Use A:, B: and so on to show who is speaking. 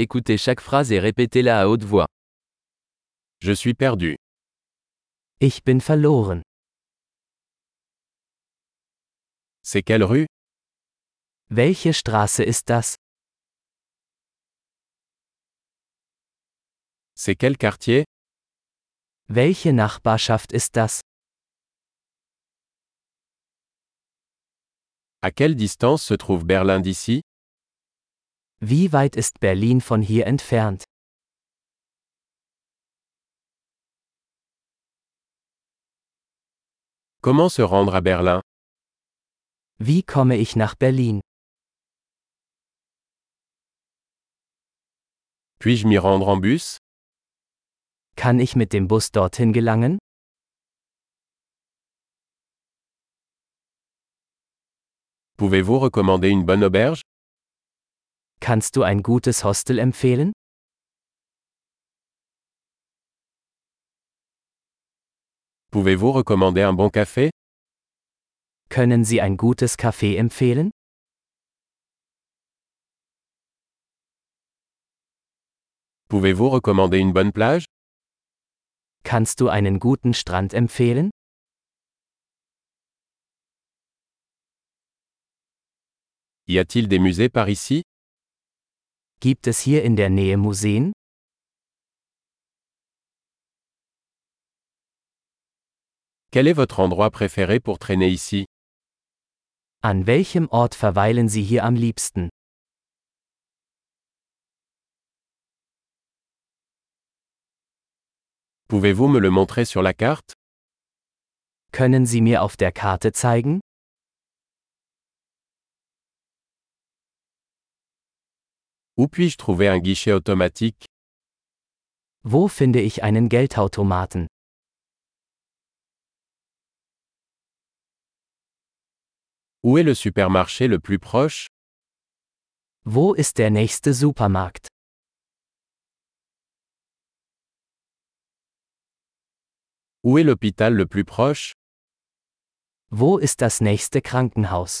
A: Écoutez chaque phrase et répétez-la à haute voix.
B: Je suis perdu.
A: Ich bin verloren.
B: C'est quelle rue
A: Welche Straße ist das?
B: C'est quel quartier
A: Welche Nachbarschaft ist das?
B: À quelle distance se trouve Berlin d'ici
A: Wie weit ist Berlin von hier entfernt?
B: Comment se rendre à Berlin
A: Wie komme ich nach Berlin?
B: Puis-je m'y rendre en bus
A: Kann ich mit dem Bus dorthin gelangen?
B: Pouvez-vous recommander une bonne auberge
A: Kannst du ein gutes Hostel empfehlen?
B: Pouvez-vous recommander un bon café
A: Können Sie ein gutes Café empfehlen?
B: Pouvez-vous recommander une bonne plage
A: Kannst du einen guten Strand empfehlen?
B: Y a-t-il des musées par ici
A: Gibt es hier in der Nähe Museen?
B: Quel est votre endroit préféré pour traîner ici
A: An welchem Ort verweilen Sie hier am liebsten?
B: Pouvez-vous me le montrer sur la carte
A: Können Sie mir auf der Karte zeigen?
B: Où puis-je trouver un guichet automatique
A: Wo finde ich einen Geldautomaten?
B: Où est le supermarché le plus proche
A: Wo ist der nächste Supermarkt?
B: Où est l'hôpital le plus proche
A: Wo ist das nächste Krankenhaus?